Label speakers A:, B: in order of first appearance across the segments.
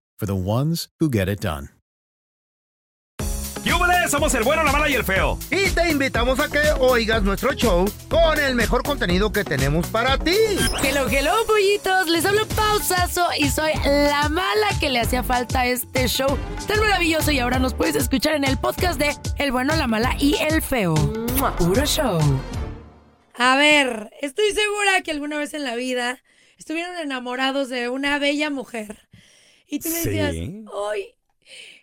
A: for the ones who get it done.
B: ¡Yúbele! Somos el bueno, la mala y el feo.
C: Y te invitamos a que oigas nuestro show con el mejor contenido que tenemos para ti.
D: Hello, hello, pollitos. Les hablo pausazo y soy la mala que le hacía falta a este show tan maravilloso. Y ahora nos puedes escuchar en el podcast de El bueno, la mala y el feo. Puro show. A ver, estoy segura que alguna vez en la vida estuvieron enamorados de una bella mujer. Y tú le
B: Sí.
D: decías, ¡ay!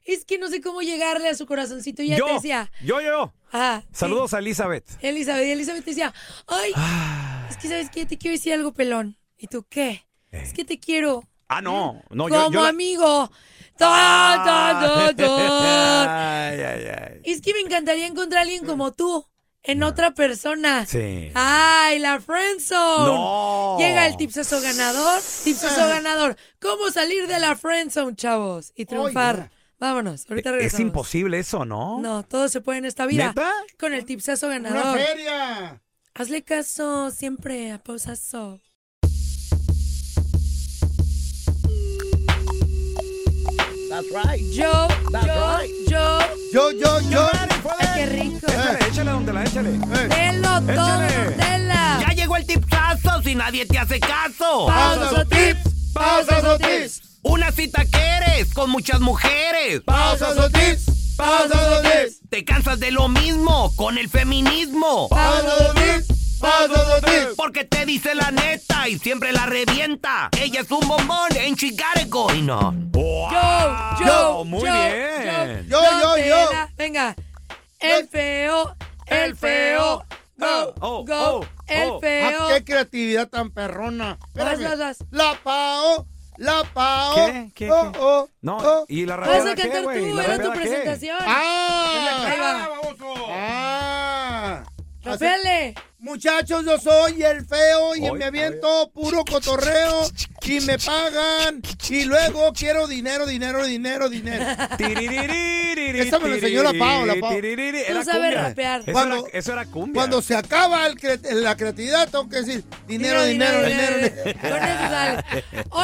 D: Es que no sé cómo llegarle a su corazoncito. Y ella
B: yo,
D: te decía,
B: yo, yo.
D: ah, sí.
B: Saludos a Elizabeth.
D: Elizabeth, y Elizabeth te decía, ay,
B: Ah.
D: es que sabes que te quiero decir algo, pelón. ¿Y tú qué? Es que te quiero
B: Ah, no. Eh. No, yo.
D: como
B: yo la-
D: amigo. Ta,
E: Ah.
D: ta, ta, ta.
B: Ay, ay, ay.
D: Es que me encantaría encontrar a alguien como tú en otra persona.
B: Sí.
D: Ay, la friendzone.
B: No. Ah.
D: Llega el tipsazo ganador, tipsazo ganador. ¿Cómo salir de la friendzone, chavos? Y triunfar. Vámonos, ahorita regresamos.
B: Es imposible eso, ¿no?
D: No, todo se puede en esta vida.
B: ¿Neta?
D: Con el tipsazo ganador.
C: ¡Una feria!
D: Hazle caso siempre a pausazo.
C: That's right.
D: Yo,
C: That's
D: yo,
C: right.
D: yo.
C: Yo, yo, yo. Eh,
D: Ay, qué rico.
B: Échale, échale donde la échale.
D: Eh. Delo todo,
B: Échale.
D: dela.
E: Ya llegó el tipsazo si nadie te hace caso.
D: Pausazo tips, pausazo tips.
E: Una cita que eres con muchas mujeres.
C: Pausazo tips. Pausazo tips.
E: Te cansas de lo mismo con el feminismo.
C: Pausazo tips. Pausazo tips.
E: Porque te dice la neta y siempre la revienta. Ella es un bombón en Chicago. Y no.
D: Yo, yo,
B: Wow, muy
D: yo,
B: bien.
D: Yo,
C: Yo, yo, yo.
D: dela. Venga. El feo, el feo. Go,
B: Oh,
D: go,
B: oh,
D: el
B: oh.
D: feo.
C: Ah, ¡Qué creatividad tan perrona! Espérame.
D: Vas, vas, vas.
C: La PAO, la PAO.
B: ¿Qué? ¿Qué?
C: Oh,
B: ¿Qué?
C: oh,
B: No,
C: oh.
B: y la
D: Vas
B: rapeada
D: a
B: qué,
D: cantar tú,
B: güey? ¿La
D: era tu
B: rapeada qué?
D: presentación. Ahí
C: ¡Ah!
D: va.
C: ¡Ah!
D: Rapele.
C: Muchachos, yo soy el feo y
B: Ay,
C: me aviento puro cotorreo y me pagan y luego quiero dinero, dinero, dinero, dinero.
B: Tiriririri,
C: Esa me la enseñó la Pao, la Pao.
B: tiririri,
D: Tú
B: era
D: sabes
B: cumbia.
D: rapear.
B: Eso,
C: Cuando-
B: era, eso era cumbia.
C: Cuando se acaba el cre- la creatividad, tengo que decir dinero, dinero, dinero. dinero. Ah,
D: dinero. Con eso sale.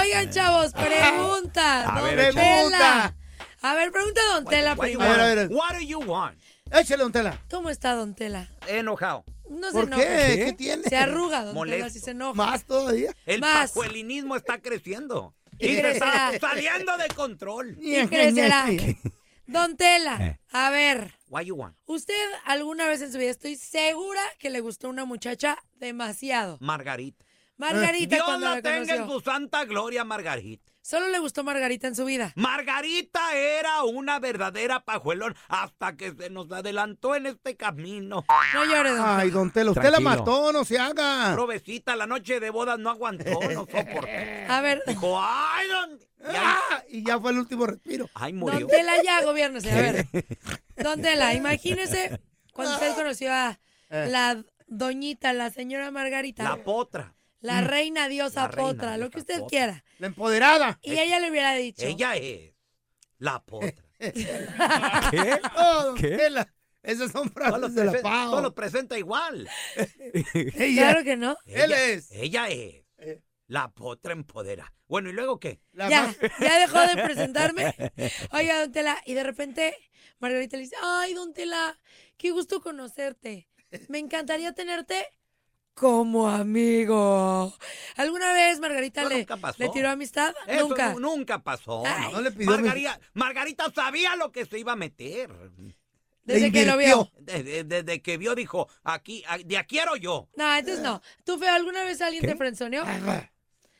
D: Oigan, chavos, pregunta.
B: A
D: don
B: ver, échale.
D: Tela. A ver, pregunta a Don Tela
E: What, you
D: primero.
C: A ver, a ver.
E: want? What do you want?
C: Échale, don Tela.
D: ¿Cómo está Don Tela?
E: Enojado.
D: No se
C: ¿Por
D: enoje.
C: qué? ¿Qué tiene?
D: Se arruga Don Tela
E: Molesto.
D: si se enoja.
C: Más todavía.
E: El
D: Más.
E: pajuelinismo está creciendo. Y
D: Crecerá.
E: se está saliendo de control.
D: Y crecerá. Don Tela,
B: Eh.
D: a ver,
E: What you want?
D: usted alguna vez en su vida estoy segura que le gustó una muchacha demasiado.
E: Margarita. Eh,
D: Margarita
E: Dios
D: cuando
E: la
D: la
E: tenga en
D: conoció.
E: su santa gloria, Margarita.
D: Solo le gustó Margarita en su vida.
E: Margarita era una verdadera pajuelón hasta que se nos adelantó en este camino.
D: No llore, Don Tela.
C: Ay, don Tela, usted la
B: Tranquilo.
C: mató, no se haga.
E: Provecita, la noche de bodas no aguantó, no soportó.
D: A ver,
E: Dijo, ay, ¿dónde? Y ahí-
C: Ah, y ya fue el último respiro.
E: ay,
D: Don
E: murió.
D: Tela ya, gobiernese. A ver, Don Tela, imagínese cuando
E: Ah.
D: usted conoció a la doñita, la señora Margarita,
E: Eh. La
D: la,
E: potra.
D: reina diosa
E: La reina
D: potra, lo
E: diosa
D: que usted
E: potra. Eh,
D: quiera.
C: La empoderada.
D: Y ella le hubiera dicho,
E: Ella es. La potra.
B: ¿Qué?
C: Todo,
B: ¿Qué?
C: Oh, tela. Esas son
E: Todo
C: frases
E: lo,
C: de la
E: presen- todo lo
C: Pau.
E: presenta igual.
C: Ella,
D: Claro que no.
C: Él
E: Ella-
C: es.
E: Ella es. La potra empodera. Bueno, ¿y luego qué?
C: la
D: Ya,
C: más-
D: ya dejó de presentarme. Oiga, don Tela, y de repente Margarita le dice, ay, don Tela, qué gusto conocerte. Me encantaría tenerte como amigo. ¿Alguna vez Margarita
E: Eso
D: le,
E: nunca pasó.
D: le tiró amistad?
E: Eso
D: nunca.
E: nu- nunca pasó.
D: Ay.
C: No le pidió
E: Margarita, Margarita sabía lo que se iba a meter.
C: le
D: Desde que lo
C: invirtió.
D: vio.
E: De- de- Desde, que vio, dijo, aquí, a- de aquí quiero yo.
D: No, entonces no. ¿Tú, Feo, alguna vez alguien
B: ¿Qué?
D: te frenzoneó? La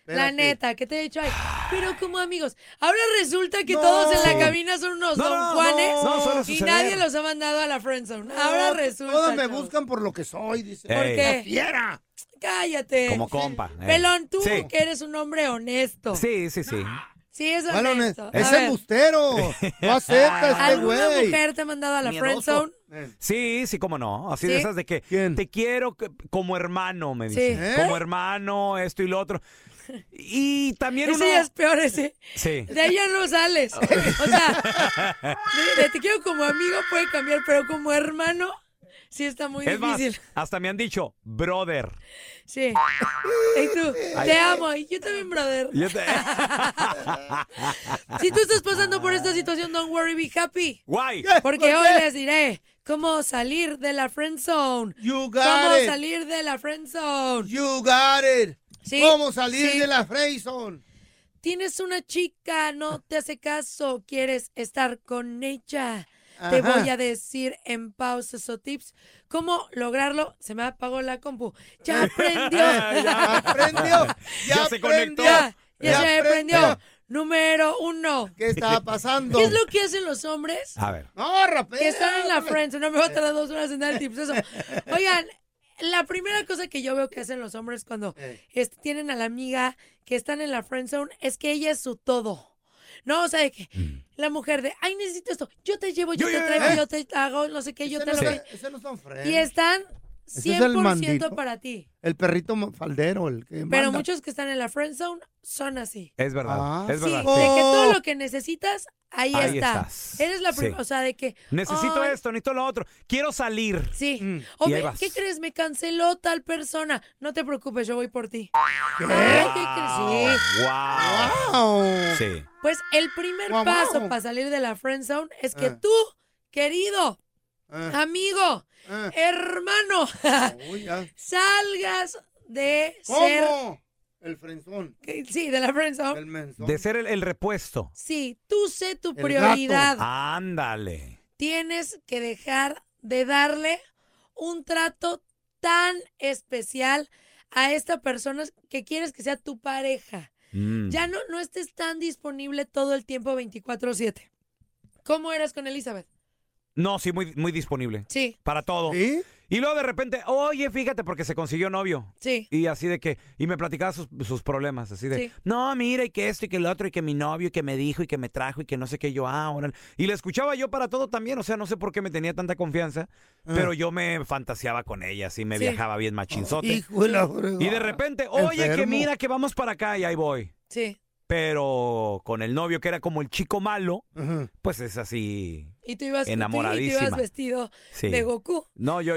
C: Espérate.
D: neta, ¿qué te he dicho? Ay, pero como amigos, ahora resulta que todos en la
B: Sí.
D: cabina son unos
B: No,
D: don Juanes
B: no, suele
D: y
B: suceder.
D: nadie los ha mandado a la friendzone. Ahora
C: No,
D: resulta.
C: Todos me
D: chavos.
C: buscan por lo que soy, dice.
B: ¿Por
C: Ey.
D: qué?
C: ¡La fiera!
D: Cállate.
B: Como compa. eh.
D: Pelón, tú
B: Sí.
D: que eres un hombre honesto. Sí,
B: Sí, sí, sí.
E: Ah.
D: es
C: ¿Cuál honest-
D: honesto. A
C: Es
D: ver,
C: embustero. No acepta este
D: ¿Alguna
C: güey.
D: mujer te ha mandado a la
E: Miedoso.
D: friendzone?
C: Eh,
B: Sí, sí, cómo no. Así
D: ¿Sí?
B: de esas de que
C: ¿Quién?
B: te quiero c- como hermano, me
D: Sí.
B: dicen.
C: ¿Eh?
B: Como hermano, esto y lo otro. Y también
D: Ese
B: uno.
D: ya es peor, ese.
B: Sí.
D: De ahí ya no sales. O sea, de- de te quiero como amigo puede cambiar, pero como hermano sí está muy
B: Es más,
D: difícil.
B: hasta me han dicho, brother.
D: Sí. Y tú, te amo. Y yo también, brother.
B: Yo te-
D: Si tú estás pasando por esta situación, don't worry, be happy.
B: Guay.
D: Porque hoy les diré cómo salir de la friend zone.
C: You
D: Cómo
C: got it.
D: salir de la friend zone.
C: You got it.
D: Sí,
C: ¿Cómo salir
D: sí.
C: de la Freyson?
D: Tienes una chica, no te hace caso, quieres estar con ella. Te
C: Ajá.
D: voy a decir en pausas o tips cómo lograrlo. Se me apagó la compu. Ya aprendió.
C: Ya aprendió. Ya,
B: Ya se
C: aprendió.
B: conectó.
D: ya, ya
C: Ya
D: se
C: aprendió.
D: aprendió. Número uno.
C: ¿Qué está pasando?
D: ¿Qué es lo que hacen los hombres
B: A ver.
C: No, rapero.
D: que están en la friends? No me voy a tardar dos horas en dar el tips. Eso. Oigan, la primera cosa que yo veo que hacen los hombres cuando
C: Eh.
D: este, tienen a la amiga que están en la friend zone es que ella es su todo. No, o sea, de que la mujer de, ay, necesito esto, yo te llevo, yo
C: Mm. Yo,
D: te
C: yo,
D: traigo,
C: eh.
D: yo te hago, no sé qué, yo
C: Ese
D: te
C: no
D: lo
C: son-
D: que.
C: ese no son friends.
D: Y están
C: Ese es el
D: 100%
C: mandito.
D: para ti.
C: El perrito mo- faldero, el que
D: Pero
C: manda.
D: muchos que están en la friend zone son así.
B: Es verdad.
C: Ah,
B: es
D: Sí, de
B: verdad.
D: que
C: sí.
D: todo lo que necesitas, ahí,
B: Ahí
D: está.
B: estás.
D: Eres la primera,
B: Sí.
D: o sea, de que...
B: Necesito
D: "Ay,
B: esto, necesito lo otro. Quiero salir.
D: Sí.
C: Mm.
D: O
B: Y
D: ve,
B: ahí vas.
D: ¿qué crees? Me canceló tal persona. No te preocupes, yo voy por ti. Ay, ¿Qué crees? Sí.
B: Wow.
C: ¡Wow!
B: Sí.
D: Pues el primer
C: Guau, guau.
D: paso para salir de la friend zone es que
C: Ah.
D: tú, querido,
C: Ah,
D: amigo,
C: ah.
D: hermano,
C: Uy, ya.
D: salgas de ser
C: ¿Cómo? El frenzón.
D: que- sí, de la friend zone.
C: El menzón.
B: De ser el, el repuesto.
D: Sí, tú sé tu
C: gato.
D: prioridad.
B: Ándale.
D: tienes que dejar de darle un trato tan especial a esta persona que quieres que sea tu pareja.
B: Mm.
D: Ya no, no estés tan disponible todo el tiempo 24/7. ¿Cómo eras con Elizabeth?
B: No, sí, muy, muy disponible.
D: Sí,
B: Para todo.
C: ¿Sí?
B: Y luego de repente, oye, fíjate, porque se consiguió novio.
D: sí.
B: Y así de que, y me platicaba sus, sus problemas, así de,
D: Sí.
B: no, mira, y que esto, y que lo otro, y que mi novio, y que me dijo, y que me trajo, y que no sé qué, yo, ah, órale. Y la escuchaba yo para todo también, o sea, no sé por qué me tenía tanta confianza,
C: Ah.
B: pero yo me fantaseaba con ella, así me
D: Sí.
B: viajaba bien machinzote.
C: Oh, Hijo de la fregada.
B: y de repente, oye, que
C: Enfermo.
B: mira, que vamos para acá, y ahí voy.
D: Sí.
B: Pero con el novio, que era como el chico malo,
C: Ajá.
B: pues es así,
D: Y tú ibas, tú- y tú ibas
B: Enamoradísima.
D: vestido
B: sí.
D: de Goku.
B: No, yo.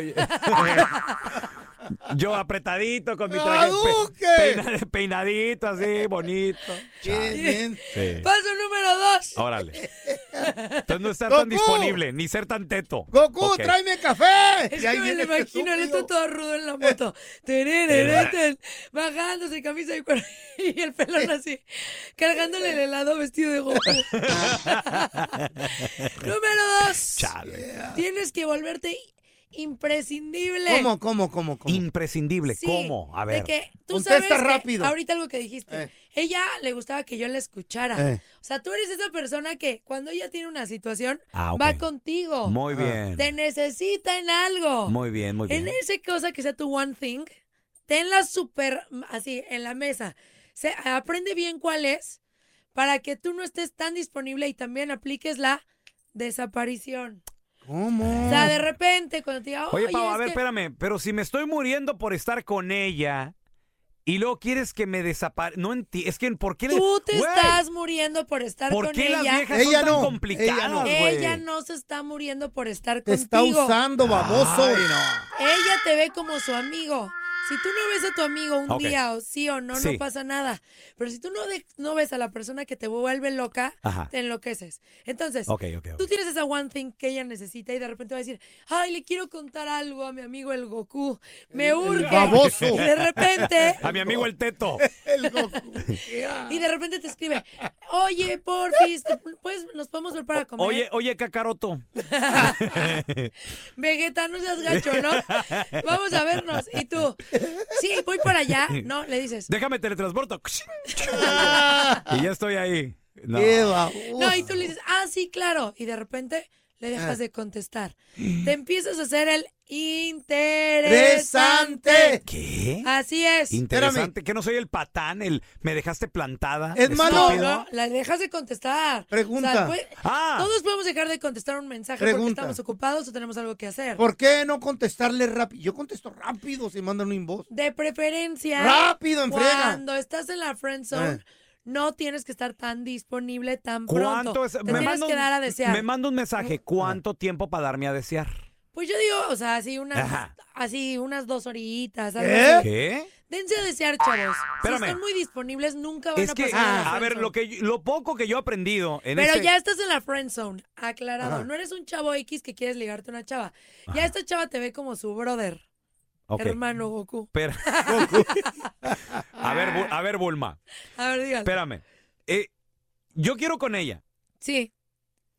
B: yo apretadito con mi
C: ¡La
B: traje.
C: Duque!
B: peina- peinadito así, bonito.
C: Bien, bien.
B: Sí.
D: Paso número dos.
B: Órale. Entonces no estar tan
C: ¡Goku!
B: disponible, ni ser tan teto.
C: Goku,
B: Ok.
C: tráeme café.
D: Es
C: Y ahí
D: que me lo
C: viene este
D: imagino, él está
C: estúpido.
D: todo rudo en la moto. Tererereten, Bajándose camisa de cuero y el pelón así, cargándole el helado vestido de Goku. Número dos.
B: Chale.
D: Tienes que volverte imprescindible.
C: ¿Cómo, cómo, cómo, cómo?
B: Imprescindible.
D: Sí,
B: ¿Cómo? A ver.
D: De que tú
C: Contesta
D: sabes que
C: rápido.
D: ahorita algo que dijiste.
C: Eh.
D: Ella le gustaba que yo la escuchara.
C: Eh.
D: O sea, tú eres esa persona que cuando ella tiene una situación,
B: Ah, ok.
D: va contigo.
B: Muy bien.
D: Ah, Te necesita en algo.
B: Muy bien, muy bien.
D: En esa cosa que sea tu one thing, tenla súper mm, así en la mesa. Se, aprende bien cuál es para que tú no estés tan disponible y también apliques la desaparición.
C: ¿Cómo?
D: O sea, de repente cuando te diga,
B: Oye, Pau,
D: es
B: a ver,
D: que-"
B: espérame. Pero si me estoy muriendo por estar con ella Y luego quieres que me desaparezca. No entiendo. Es que, ¿por qué le-
D: Tú te
B: Güey,
D: estás muriendo por estar
B: ¿Por
D: con
B: qué
D: ella.
B: las viejas
C: Ella no,
B: son tan
C: ella
B: complicadas,
C: no.
B: güey?
D: Ella no se está muriendo por estar
C: Te está
D: contigo.
C: usando, baboso.
D: Ella te ve como su amigo. Si tú no ves a tu amigo un
B: Ok.
D: día o sí o no, no
B: Sí.
D: pasa nada. Pero si tú no, de- no ves a la persona que te vuelve loca,
B: Ajá.
D: te enloqueces. Entonces,
B: Ok, ok,
D: tú
B: ok.
D: tienes esa one thing que ella necesita y de repente va a decir, ay, le quiero contar algo a mi amigo el Goku. Me urge.
C: baboso.
D: Y de repente,
B: A mi amigo el teto.
C: El Goku.
D: y de repente te escribe, oye, porfis, ¿te- pues nos podemos ver para comer. eh?
B: Oye, oye, cacaroto.
D: Vegeta, no seas gacho, ¿no? Vamos a vernos. Y tú, sí, voy para allá. No, le dices.
B: Déjame teletransporto. y ya estoy ahí. No.
C: Qué baboso.
D: No, y tú le dices, ah, sí, claro. Y de repente le dejas de contestar. Te empiezas a hacer el interesante.
C: Interesante.
B: ¿Qué?
D: Así es.
B: Interesante. Que no soy el patán, el me dejaste plantada.
C: Es
D: No,
C: malo.
B: estúpido?
D: no, la dejas de contestar.
C: Pregunta.
D: O sea, pues,
B: Ah.
D: Todos podemos dejar de contestar un mensaje porque
C: Pregunta.
D: estamos ocupados o tenemos algo que hacer.
C: ¿Por qué no contestarle rápido? Yo contesto rápido si mandan un inbox.
D: De preferencia.
C: Rápido, en frega.
D: Cuando estás en la friend zone,
C: Eh.
D: no tienes que estar tan disponible tan pronto.
B: ¿Cuánto es?
D: Te tienes
B: manda
D: que
B: un-
D: dar a desear.
B: Me manda un mensaje. ¿Cuánto tiempo para darme a desear?
D: Pues yo digo, o sea, así unas,
B: Ajá. ¿Eh?
D: así unas dos horitas. algo
C: ¿Qué?
D: así.
B: ¿Qué?
D: Dense a desear, chavos. Si
B: Espérame.
D: están muy disponibles, nunca van
B: Es
D: a
B: que,
D: pasar. la
B: a
D: friend
B: ver,
D: zone.
B: lo, que, yo- lo poco que yo he aprendido en
D: pues, ah, Pero
B: este-
D: ya estás en la friend zone, aclarado. No eres un chavo X que quieres ligarte a una chava. Ya esta chava te ve como su brother,
B: Ok.
D: hermano Goku.
B: Espera. a, ver, Bu- a ver, Bulma,
D: A ver, dígale.
B: espérame. Eh, yo quiero con ella.
D: Sí,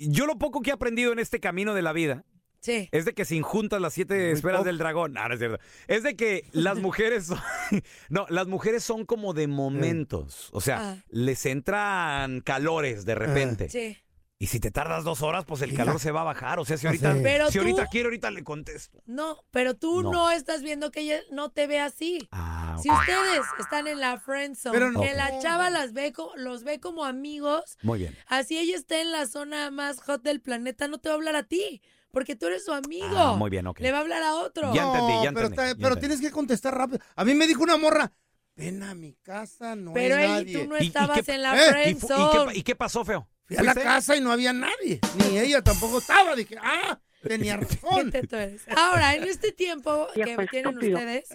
B: Yo lo poco que he aprendido en este camino de la vida
D: sí.
B: es de que sin juntas las siete esferas
C: poco.
B: del dragón. No, no es cierto. Es de que las mujeres son, no, las mujeres son como de momentos. O sea,
D: Ah.
B: les entran calores de repente.
D: Sí.
B: Y si te tardas dos horas, pues el calor se va a bajar. O sea, si ahorita,
C: sé.
D: Pero
B: si ahorita
D: tú-
B: quiero, ahorita le contesto.
D: No, pero tú no.
B: No.
D: estás viendo que ella no te ve así.
B: Ah,
D: Si ustedes están en la friendzone,
C: Pero no.
D: que la chava las ve, co- los ve como amigos,
B: Muy bien.
D: así ella está en la zona más hot del planeta, no te va a hablar a ti, porque tú eres su amigo.
B: Ah, muy bien, ok.
D: Le va a hablar a otro.
B: Ya entendí, ya
C: pero,
B: entendí,
C: está-
B: ya
C: pero
B: entendí.
C: tienes que contestar rápido. A mí me dijo una morra, ven a mi casa, no
D: pero
C: hay
D: él y
C: nadie.
D: tú no
B: ¿Y- y
D: estabas
B: qué-
D: en la
C: eh?
B: ¿Y,
D: friend
B: fu- y qué, pa-
D: zone.
B: y qué pasó, feo?
C: Fui a la
B: ¿Fuiste?
C: casa y no había nadie, ni ella tampoco estaba. Dije, ah, tenía
D: ¿Qué
C: razón.
D: teto eres? Ahora, en este tiempo que tienen ustedes,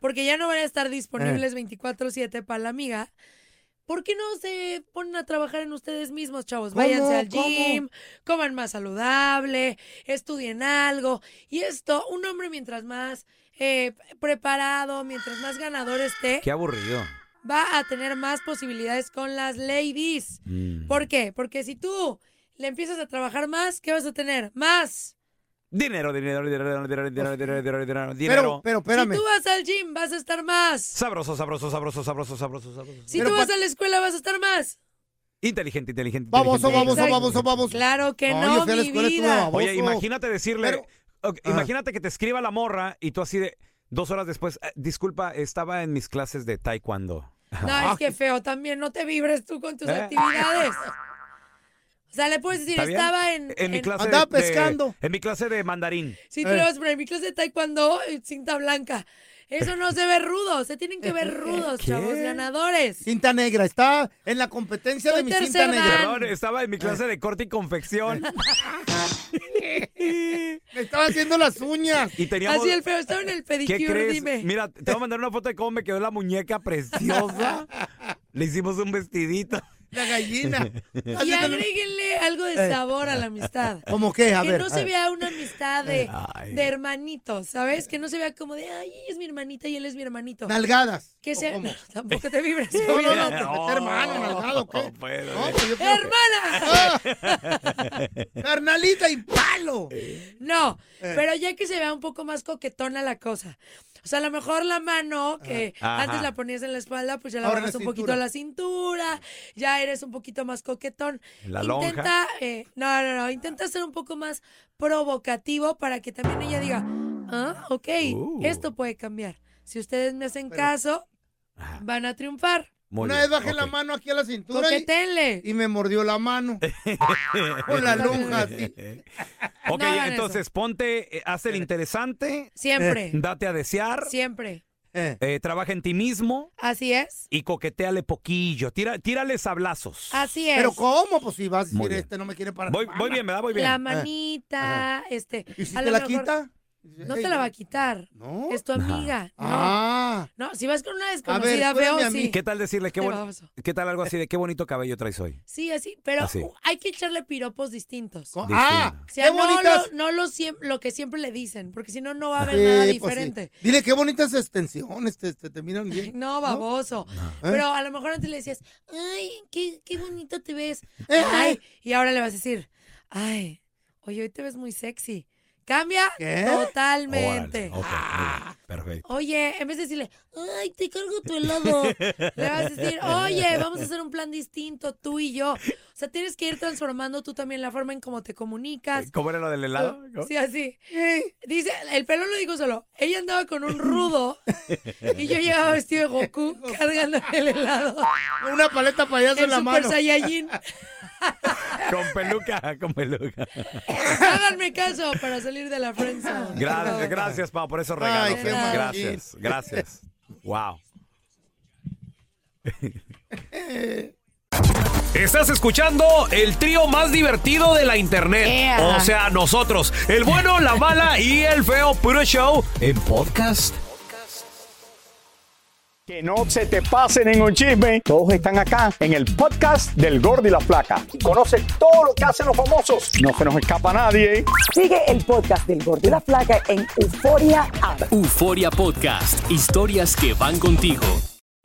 D: porque ya no van a estar
B: Eh.
D: disponibles 24-7 para la amiga, ¿por qué no se ponen a trabajar en ustedes mismos, chavos?
C: ¿Cómo?
D: Váyanse al
C: ¿Cómo?
D: gym, coman más saludable, estudien algo. Y esto, un hombre mientras más eh, preparado, mientras más ganador esté,
B: Qué aburrido.
D: va a tener más posibilidades con las ladies.
B: Mm.
D: ¿Por qué? Porque si tú le empiezas a trabajar más, ¿qué vas a tener? Más.
B: Dinero, dinero, dinero, dinero, dinero, dinero,
C: Pero,
B: dinero, dinero, dinero.
C: pero espérame.
D: Si tú vas al gym, vas a estar más.
B: Sabroso, sabroso, sabroso, sabroso, sabroso, sabroso.
D: Si
C: Pero
D: tú vas
C: pa-
D: a la escuela, vas a estar más.
B: Inteligente, inteligente.
C: Baboso,
B: inteligente.
C: baboso,
D: Exacto.
C: baboso, baboso.
D: Claro que
C: No,
D: no,
C: yo fui a la
D: mi
C: escuela y estuve
D: vida.
C: baboso.
B: Oye, imagínate decirle.
C: Pero-
B: ok,
C: Ajá.
B: Imagínate que te escriba la morra y tú así de. Dos horas después. "Eh, disculpa, estaba en mis clases de taekwondo.
D: No, es que feo también. No te vibres tú con tus
B: ¿Eh?
D: actividades. O sea, le puedes decir,
B: ¿Está bien?
D: estaba en...
B: En mi
D: en-
B: clase.
C: Andaba
B: de-
C: pescando.
B: en mi clase de mandarín.
C: Eh.
D: Si tú le vas a poner mi clase de taekwondo, eh, cinta blanca. Eso no se ve rudo. Se tienen que ver rudos, chavos, ganadores.
C: Cinta negra, está en la competencia
D: Soy
C: de mi cinta
D: tercer
C: negra.
D: dan.
B: Perdón, estaba en mi clase de corte y confección.
C: Me estaba haciendo las uñas.
B: Y teníamos.
D: Así el feo, estaba en el
B: ¿Qué
D: pedicure,
B: crees?
D: dime.
B: Mira, te voy a mandar una foto de cómo me quedó la muñeca preciosa. Le hicimos un vestidito.
C: La gallina.
D: Y
C: Haciéndole-
D: agréguenle algo
C: Eh.
D: de sabor a la amistad.
C: ¿Cómo qué? A
D: que
C: ver.
D: no
C: a
D: se
C: ver.
D: vea una amistad de,
B: Ay.
D: de hermanitos, ¿sabes? Que no se vea como de, ay, ella es mi hermanita y él es mi hermanito.
C: Nalgadas.
D: Que
C: ¿O
D: sea,
C: cómo?
D: no, tampoco te vibres.
C: No, no,
D: obvio.
C: no, pues, meter mano, nalgado, ¿qué?
B: no puedo,
C: No,
B: eh.
C: pues yo creo que-
D: ¡Hermana!
C: Carnalita y palo.
D: No,
B: Eh.
D: pero ya que se vea un poco más coquetona la cosa. O sea, a lo mejor la mano, que
B: Ah, Ajá.
D: antes la ponías en la espalda, pues ya la
C: Ahora en
D: bajas
C: la
D: un poquito
C: cintura.
D: a la cintura, ya eres un poquito más coquetón.
B: La
D: intenta, eh, no, no, no, intenta ser un poco más provocativo para que también ella diga, ah, ok,
B: Uh.
D: esto puede cambiar. Si ustedes me hacen caso,
B: Ajá.
D: van a triunfar.
B: Muy
C: Una
B: bien,
C: vez bajé
B: ok.
C: la mano aquí a la cintura y,
D: Coquetenle.
C: y me mordió la mano.
B: Eh.
C: Con la lonja así.
B: Ok,
D: No hagan
B: entonces ponte, eh, haz el interesante,
D: Siempre,
B: date a desear
D: siempre.
C: Eh.
B: Eh, trabaja en ti mismo
D: Así es.
B: y coqueteale poquillo. Tira, tírale sablazos.
D: Así es.
C: Pero ¿cómo? Pues si vas a
B: Muy
C: decir,
B: bien.
C: este no me quiere para...
B: Voy, voy bien, ¿verdad? Voy bien.
D: La manita, este.
C: ¿Y si
D: a
C: te
D: lo
C: la
D: mejor
C: quita?
D: No te la va a quitar.
C: ¿No?
D: Es tu amiga. No.
C: Ah,
D: No, si vas con una
C: tú eres
D: desconocida,
C: mi
D: veo,
C: amiga.
D: sí.
B: ¿Qué tal decirle qué,
D: Qué
B: bon-
D: baboso.
B: qué tal algo así de qué bonito cabello traes hoy?
D: Sí, así, pero
B: Así.
D: uh, hay que echarle piropos distintos.
C: co-
B: Dice-
C: ah,
D: O
C: qué
D: sea, no,
C: bonitas.
D: lo, no lo, siem- lo que siempre le dicen, porque si no, no va a haber
C: Sí,
D: nada
C: pues sí.
D: diferente.
C: Dile qué bonitas extensiones, te, te, te miran bien. ¿Eh?
D: No, baboso. Pero a lo mejor antes le decías, ay, qué, qué bonito te ves.
C: Eh,
D: Ay, y ahora le vas a decir, ay, oye, hoy te ves muy sexy. Cambia
C: ¿Qué?
D: totalmente. Ah.
B: Órale, ok, muy bien, perfecto.
D: Oye, en vez de decirle, ay, te cargo tu helado, le vas a decir, oye, vamos a hacer un plan distinto, tú y yo. O sea, tienes que ir transformando tú también la forma en cómo te comunicas.
B: ¿Cómo era lo del helado?
D: Sí, así. Dice, el pelón lo dijo solo. Ella andaba con un rudo y yo llegaba vestido de Goku cargando el helado.
C: Una paleta payaso en
D: El
C: la
D: super
C: mano.
D: Saiyajin.
B: Con peluca, con peluca.
D: Háganme caso para salir de la prensa.
B: Gracias, gracias, Pau, por esos regalos.
C: Ay,
D: qué
B: eh.
D: maravilla.
B: gracias, gracias. Wow.
E: Estás escuchando el trío más divertido de la internet.
D: Ea.
E: O sea, nosotros, el bueno, la mala y el feo puro show en podcast.
F: Que no se te pase ningún chisme. Todos están acá en el podcast del Gordi y la Flaca. Y conoce todo lo que hacen los famosos. No se nos escapa nadie.
G: Sigue el podcast del Gordo y la Flaca en Euforia App.
H: Euforia Podcast, historias que van contigo.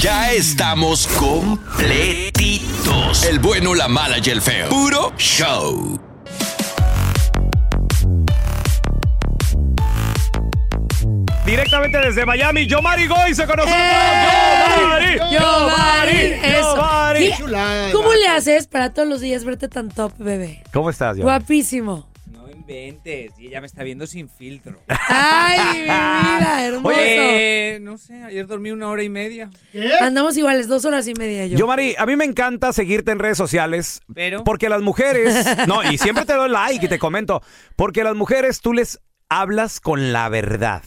I: Ya estamos completitos. El bueno, la mala y el feo. Puro show.
E: Directamente desde Miami, Yomari Goiza con nosotros. Yomari,
D: Giovanni, eso.
E: Yomari.
D: Sí, ¿Cómo le haces para todos los días verte tan top, bebé?
B: ¿Cómo estás, Dios?
D: Guapísimo.
G: No inventes, y ella me está viendo sin filtro.
D: Ay, mi vida, hermoso.
G: Oye, no sé, ayer dormí una hora y media,
D: Andamos iguales, dos horas y media yo.
B: Yo, Mari, a mí me encanta seguirte en redes sociales
G: pero
B: porque las mujeres, no, y siempre te doy like y te comento, porque las mujeres tú les hablas con la verdad.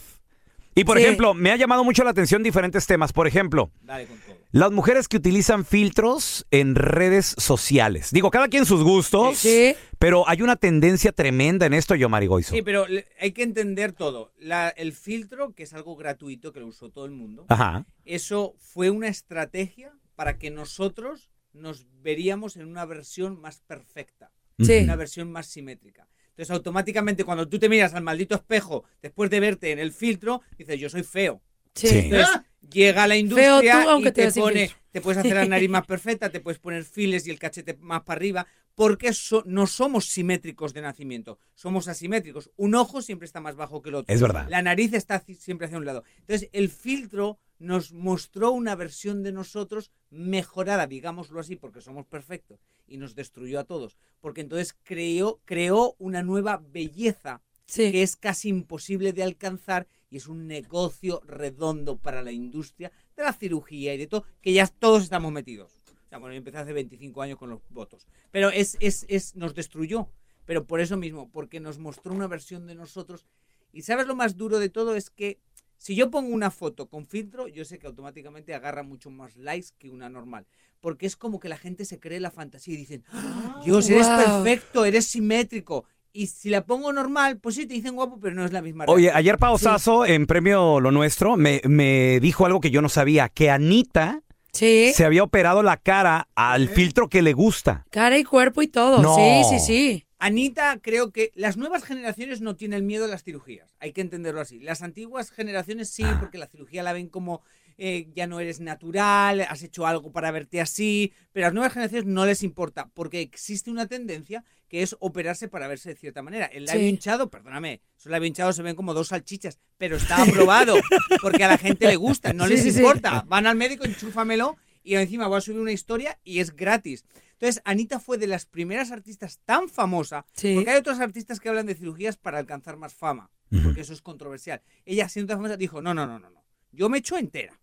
B: Y por
D: Sí.
B: ejemplo, me ha llamado mucho la atención diferentes temas. Por ejemplo,
G: dale con todo.
B: las mujeres que utilizan filtros en redes sociales. Digo, cada quien sus gustos,
D: Sí.
B: pero hay una tendencia tremenda en esto, Yomari Goizo.
G: Sí, pero le- hay que entender todo. La- el filtro, que es algo gratuito que lo usó todo el mundo,
B: Ajá.
G: eso fue una estrategia para que nosotros nos veríamos en una versión más perfecta.
D: Sí.
G: una versión más simétrica. Entonces, automáticamente, cuando tú te miras al maldito espejo después de verte en el filtro, dices, yo soy feo.
D: Sí.
B: Sí.
G: Entonces, llega la industria
D: tú, aunque
G: y
D: te
G: te,
D: veas sin
G: pone,
D: filtro.
G: te puedes hacer la nariz más perfecta, te puedes poner files y el cachete más para arriba, porque so- no somos simétricos de nacimiento, somos asimétricos. Un ojo siempre está más bajo que el otro.
B: Es verdad.
G: La nariz está ci- siempre hacia un lado. Entonces, el filtro nos mostró una versión de nosotros mejorada, digámoslo así, porque somos perfectos. Y nos destruyó a todos. Porque entonces creó, creó una nueva belleza que es casi imposible de alcanzar y es un negocio redondo para la industria de la cirugía y de todo, que ya todos estamos metidos. O sea, bueno, yo empecé hace 25 años con los votos. Pero es, es, es, nos destruyó. Pero por eso mismo, porque nos mostró una versión de nosotros. Y sabes lo más duro de todo es que si yo pongo una foto con filtro, yo sé que automáticamente agarra mucho más likes que una normal. Porque es como que la gente se cree la fantasía y dicen, ¡Ah, Dios, eres
D: Wow.
G: perfecto, eres simétrico. Y si la pongo normal, pues sí, te dicen guapo, pero no es la misma.
B: Oye,
G: realidad.
B: ayer Pao
G: Sí.
B: Sasso, en premio Lo Nuestro, me, me dijo algo que yo no sabía, que Anita
D: ¿Eh?
B: se había operado la cara al filtro que le gusta.
D: Cara y cuerpo y todo.
B: No.
D: Sí, sí, sí.
G: Anita, creo que las nuevas generaciones no tienen miedo a las cirugías. Hay que entenderlo así. Las antiguas generaciones sí,
D: Ah.
G: porque la cirugía la ven como eh, ya no eres natural, has hecho algo para verte así. Pero a las nuevas generaciones no les importa, porque existe una tendencia que es operarse para verse de cierta manera. El labio
D: Sí.
G: hinchado, perdóname, esos labios hinchados se ven como dos salchichas, pero está aprobado, porque a la gente le gusta, no
D: Sí,
G: les
D: sí, sí.
G: importa. Van al médico, enchúfamelo y encima voy a subir una historia y es gratis. Entonces, Anita fue de las primeras artistas tan famosa, porque hay otros artistas que hablan de cirugías para alcanzar más fama, porque eso es controversial. Ella, siendo tan famosa, dijo, no, no, no, no, no. yo me echo entera.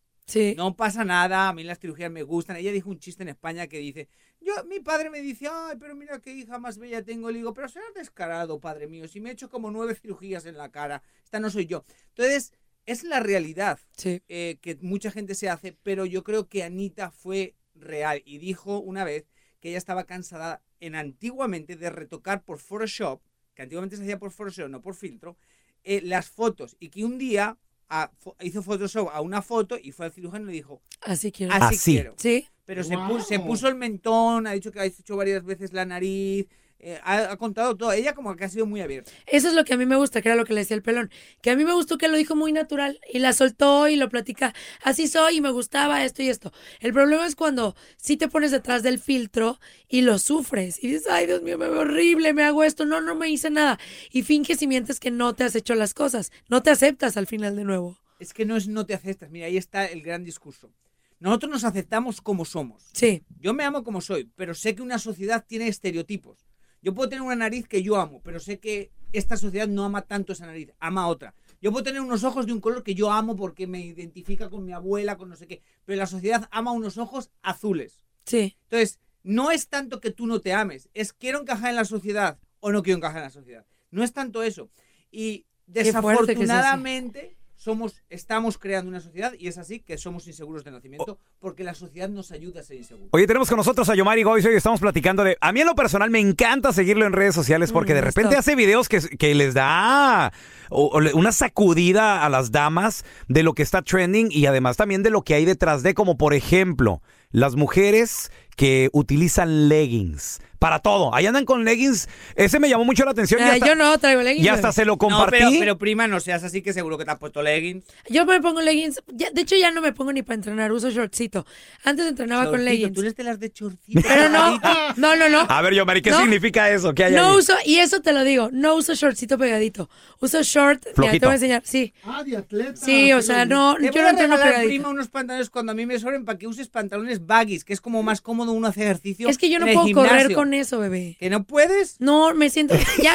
G: No pasa nada, a mí las cirugías me gustan. Ella dijo un chiste en España que dice, yo, mi padre me dice, ay, pero mira qué hija más bella tengo. Le digo, pero serás descarado, padre mío, si me he hecho como nueve cirugías en la cara, esta no soy yo. Entonces, es la realidad eh, que mucha gente se hace, pero yo creo que Anita fue real y dijo una vez que ella estaba cansada en antiguamente de retocar por Photoshop, que antiguamente se hacía por Photoshop, no por filtro, eh, las fotos y que un día a- fo- hizo Photoshop a una foto y fue al cirujano y le dijo,
D: Así quiero.
B: Ah.
G: Así, quiero.
D: Sí.
G: Pero se, pu- se puso el mentón, ha dicho que ha hecho varias veces la nariz, eh, ha, ha contado todo. Ella como que ha sido muy abierta.
D: Eso es lo que a mí me gusta, que era lo que le decía el pelón. Que a mí me gustó que lo dijo muy natural y la soltó y lo platica. Así soy y me gustaba esto y esto. El problema es cuando sí te pones detrás del filtro y lo sufres. Y dices, ay, Dios mío, me veo horrible, me hago esto. No, no me hice nada. Y finges y mientes que no te has hecho las cosas. No te aceptas al final de nuevo.
G: Es que no es no te aceptas. Mira, ahí está el gran discurso. Nosotros nos aceptamos como somos.
D: Sí.
G: Yo me amo como soy, pero sé que una sociedad tiene estereotipos. Yo puedo tener una nariz que yo amo, pero sé que esta sociedad no ama tanto esa nariz, ama otra. Yo puedo tener unos ojos de un color que yo amo porque me identifica con mi abuela, con no sé qué, pero la sociedad ama unos ojos azules.
D: Sí.
G: Entonces, no es tanto que tú no te ames, es quiero encajar en la sociedad o no quiero encajar en la sociedad. No es tanto eso. Y
D: Qué fuerte que es eso.
G: desafortunadamente somos, estamos creando una sociedad y es así que somos inseguros de nacimiento porque la sociedad nos ayuda a ser inseguros.
B: Oye, tenemos con nosotros a Yomari Goizo y estamos platicando de... A mí en lo personal me encanta seguirlo en redes sociales porque de
G: Mm,
B: repente
G: esto.
B: hace videos que, que les da o- o le- una sacudida a las damas de lo que está trending y además también de lo que hay detrás de, como por ejemplo, las mujeres que utilizan leggings. Para todo. Ahí andan con leggings. Ese me llamó mucho la atención. y
D: Ah,
B: hasta-
D: yo no traigo leggings.
B: y hasta se lo compartí.
G: No, pero, pero, prima, no seas así que seguro que te has puesto leggings.
D: Yo me pongo leggings. Ya- de hecho, ya no me pongo ni para entrenar. Uso shortcito. Antes entrenaba Ah, con
G: Shortcito,
D: leggings.
G: Tú eres de las de chorcito.
D: Pero no, no, no, no.
B: A ver, Yomari, ¿qué
D: No.
B: significa eso? ¿Qué hay
D: No
B: ahí?
D: uso, y eso te lo digo, no uso shortcito pegadito. Uso short, mira, te
B: Flojito.
D: voy a enseñar, sí. Ah, de atleta. Sí, o sea, no,
G: Te
D: yo
G: voy
D: no
G: a
D: entreno
G: regalar,
D: pegadito.
G: prima, unos pantalones cuando a mí me sobren para que uses pantalones baggies, que es como más cómodo uno hacer ejercicio.
D: Es que yo no
G: en el
D: puedo correr
G: gimnasio.
D: con eso, bebé.
G: ¿Que no puedes?
D: No, me siento. Ya,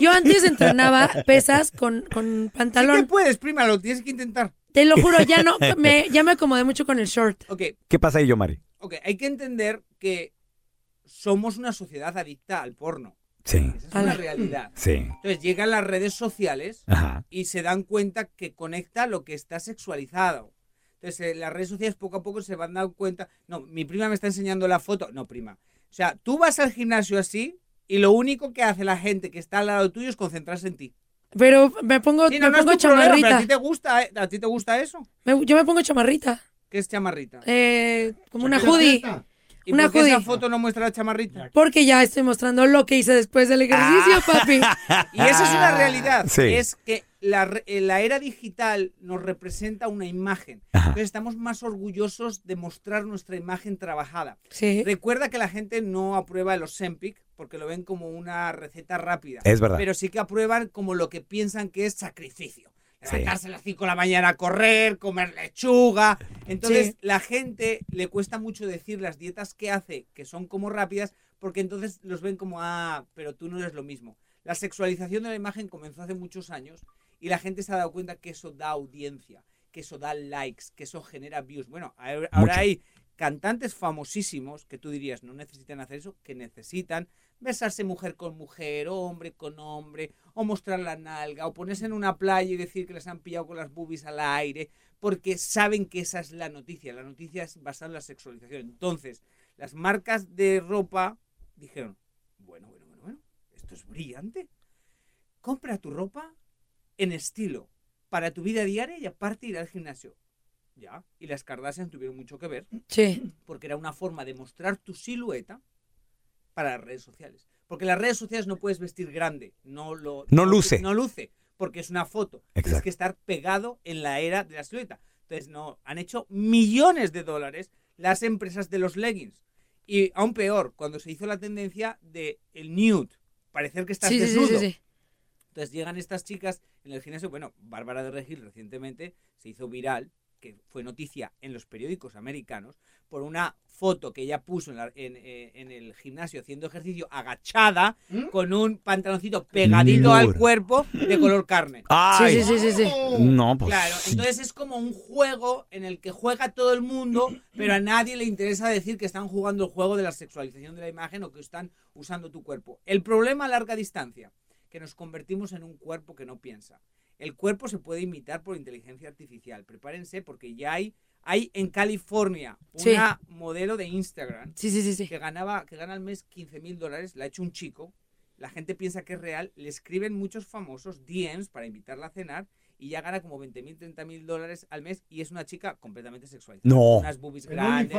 D: yo antes entrenaba pesas con, con pantalón.
G: Sí que puedes, prima, lo tienes que intentar.
D: Te lo juro, ya no, me, ya me acomodé mucho con el short.
G: Ok,
B: ¿Qué pasa ahí, Yomari?
G: ok, hay que entender que somos una sociedad adicta al porno.
B: Sí.
G: Esa es una realidad.
B: Sí.
G: Entonces llegan las redes sociales
B: Ajá.
G: y se dan cuenta que conecta lo que está sexualizado. Entonces eh, las redes sociales poco a poco se van dando cuenta. No, mi prima me está enseñando la foto. No, prima. O sea, tú vas al gimnasio así y lo único que hace la gente que está al lado tuyo es concentrarse en ti.
D: Pero me pongo,
G: Sí, no,
D: me
G: no es
D: pongo
G: tu problema, pero a
D: chamarrita.
G: ti te gusta, eh, a ti te gusta eso.
D: Me- yo me pongo chamarrita.
G: ¿Qué es chamarrita?
D: Eh, como una hoodie.
G: ¿Y
D: una
G: por qué esa
D: hoodie.
G: foto no muestra la chamarrita?
D: Porque ya estoy mostrando lo que hice después del
B: Ah.
D: ejercicio, papi.
G: Y esa es
D: Ah,
G: una realidad.
B: Sí.
G: Es que la, re- eh, la era digital nos representa una imagen. Entonces estamos más orgullosos de mostrar nuestra imagen trabajada.
D: Sí.
G: Recuerda que la gente no aprueba el Ozempic porque lo ven como una receta rápida.
B: Es verdad.
G: Pero sí que aprueban como lo que piensan que es sacrificio.
B: Sí.
G: Levantarse a las 5 de la mañana a correr, comer lechuga. Entonces
D: Sí.
G: la gente le cuesta mucho decir las dietas que hace, que son como rápidas, porque entonces los ven como, ah, pero tú no eres lo mismo. La sexualización de la imagen comenzó hace muchos años y la gente se ha dado cuenta que eso da audiencia, que eso da likes, que eso genera views. Bueno, ahora ahora
J: Mucho.
G: hay cantantes famosísimos que tú dirías no necesitan hacer eso, que necesitan besarse mujer con mujer, o hombre con hombre, o mostrar la nalga, o ponerse en una playa y decir que les han pillado con las boobies al aire, porque saben que esa es la noticia. La noticia es basada en la sexualización. Entonces, las marcas de ropa dijeron, bueno, bueno, bueno, bueno, esto es brillante. Compra tu ropa en estilo para tu vida diaria y aparte ir al gimnasio. Ya. Y las Kardashian tuvieron mucho que ver.
D: Sí.
G: Porque era una forma de mostrar tu silueta para las redes sociales. Porque en las redes sociales no puedes vestir grande. No lo.
B: No luce.
G: No luce. Porque es una foto. Tienes que estar pegado en la era de la silueta. Entonces, no. Han hecho millones de dólares las empresas de los leggings. Y aún peor, cuando se hizo la tendencia de el nude. Parecer que estás
D: Sí, sí, sí,
G: desnudo.
D: sí, sí.
G: Entonces llegan estas chicas en el gimnasio. Bueno, Bárbara de Regil recientemente se hizo viral, que fue noticia en los periódicos americanos, por una foto que ella puso en, la- en- eh, en el gimnasio haciendo ejercicio agachada con un pantaloncito pegadito al
B: Lord.
G: cuerpo de color carne.
B: Ay. Sí, sí, sí, sí, sí. No, pues
G: Claro,
B: sí.
G: entonces es como un juego en el que juega todo el mundo, pero a nadie le interesa decir que están jugando el juego de la sexualización de la imagen o que están usando tu cuerpo. El problema a larga distancia, que nos convertimos en un cuerpo que no piensa. El cuerpo se puede imitar por inteligencia artificial. Prepárense porque ya hay, hay en California
D: Sí.
G: una modelo de Instagram
D: Sí, sí, sí, sí.
G: que ganaba, que gana al mes 15 mil dólares, la ha hecho un chico. La gente piensa que es real, le escriben muchos famosos DMs para invitarla a cenar y ya gana como 20 mil, 30 mil dólares al mes y es una chica completamente sexual.
B: No.
G: Unas boobies
B: ¿En
G: grandes.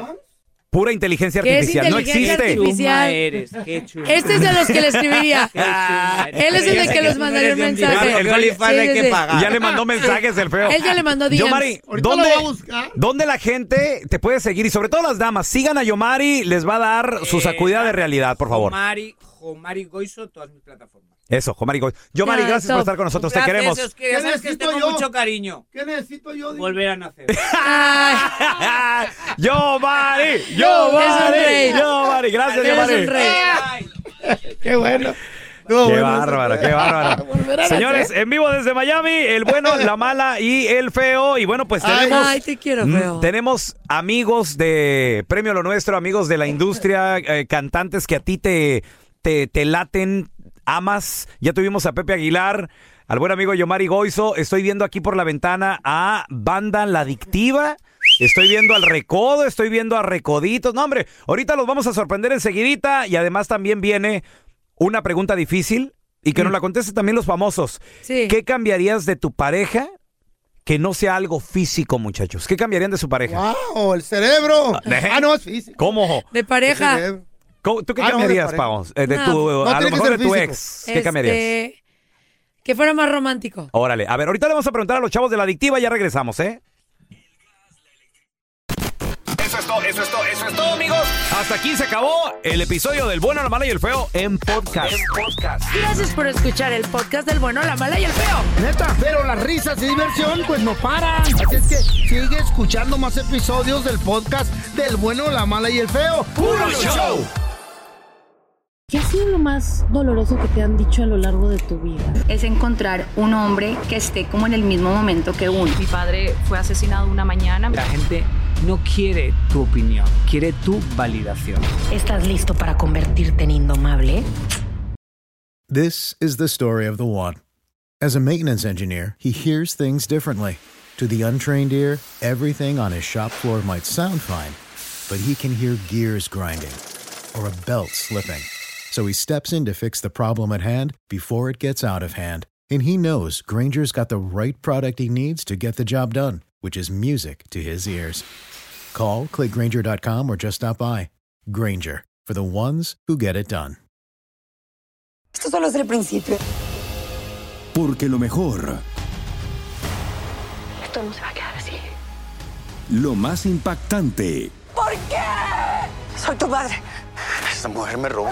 B: Pura inteligencia
D: ¿Qué es
B: artificial.
D: inteligencia
B: no existe.
D: artificial?
G: Chuma eres, qué chuma.
D: Este es de los que le escribiría.
G: Qué chuma eres.
D: Él es el de
G: Yo
D: que
G: sé
D: los
G: tú no
D: mandaría
G: eres
D: un
G: de un
D: mensaje.
G: dinero,
D: El
G: que OnlyFans
D: sí,
G: hay
D: sí,
G: que
D: sí.
G: pagar.
B: Ya le mandó mensajes el feo.
D: Ah. Él ya le mandó DMs.
B: Yomari,
D: Ahorita lo
B: ¿dónde,
D: voy a buscar.
B: dónde la gente te puede seguir? Y sobre todo las damas, sigan a Yomari, les va a dar
D: Eh,
B: su sacudida de realidad, por favor.
G: Jomari, Jomari Goizo, todas mis plataformas.
B: Eso, Yomari. Goy. Yomari,
G: Ya,
B: gracias
G: top.
B: por estar con nosotros, te
G: Un placer,
B: queremos.
G: se os quiere, ya sabes que os
C: necesito
G: tengo
C: yo?
G: mucho cariño.
C: ¿Qué necesito yo?
G: Volver a nacer.
B: Ah, Yomari,
C: Es un
B: Yomari,
C: rey.
B: Yomari, gracias, Yomari.
C: Qué bueno.
B: qué bárbaro, qué bárbaro.
C: a nacer.
B: Señores,
D: ¿eh?
B: en vivo desde Miami, el bueno, la mala y el feo. Y bueno, pues
D: Ay.
B: tenemos.
D: Ay, te quiero,
B: Mm,
D: feo.
B: Tenemos amigos de Premio Lo Nuestro, amigos de la industria, eh, cantantes que a ti te, te, te laten, amas. Ya tuvimos a Pepe Aguilar, al buen amigo Yomari Goizo. Estoy viendo aquí por la ventana a Banda La Adictiva. Estoy viendo al Recodo, estoy viendo a Recoditos. No, hombre, ahorita los vamos a sorprender enseguidita. Y además también viene una pregunta difícil y que nos la contesten también los famosos. ¿Qué cambiarías de tu pareja que no sea algo físico, muchachos? ¿Qué cambiarían de su pareja?
C: ¡Wow! Ah, El cerebro.
B: ¿De-
C: Ah, no, es físico.
B: ¿Cómo?
D: De pareja.
C: El cerebro.
B: ¿Cómo- ¿Tú qué
C: Ah, no, de
B: cambiarías,
C: pareja.
B: Pavos? Eh, de
D: No.
B: tu,
D: No
B: a
D: tiene
B: lo
D: que
B: mejor
D: ser
B: de tu
D: físico.
B: ex. ¿Qué cambiarías?
D: Este, Que fuera más romántico.
B: Órale, a ver, ahorita le vamos a preguntar a los chavos de la adictiva, ya regresamos, ¿eh?
I: Eso es todo, eso es todo, eso es todo, amigos.
B: Hasta aquí se acabó el episodio del bueno, la mala y el feo en podcast.
D: Gracias por escuchar el podcast del bueno, la mala y el feo.
C: Neta, pero las risas y diversión pues no paran. Así es que sigue escuchando más episodios del podcast del bueno, la mala y el feo. ¡Puro show!
K: ¿Qué ha sido lo más doloroso que te han dicho a lo largo de tu vida?
L: es encontrar un hombre que esté como en el mismo momento que uno. Mi padre fue asesinado una mañana.
G: La gente no quiere tu opinión, quiere tu validación.
M: ¿Estás listo para convertirte en indomable?
A: This is the story of the one. As a maintenance engineer, he hears things differently. To the untrained ear, everything on his shop floor might sound fine, but he can hear gears grinding or a belt slipping. So he steps in to fix the problem at hand before it gets out of hand. And he knows Granger's got the right product he needs to get the job done, which is music to his ears. Call, click Granger.com, or just stop by. Granger, for the ones who get it done.
N: Esto solo es el principio.
O: Porque lo mejor,
N: Esto no se va a quedar así.
O: lo más impactante,
N: ¿Por qué? Soy tu madre.
O: Esta mujer me robó.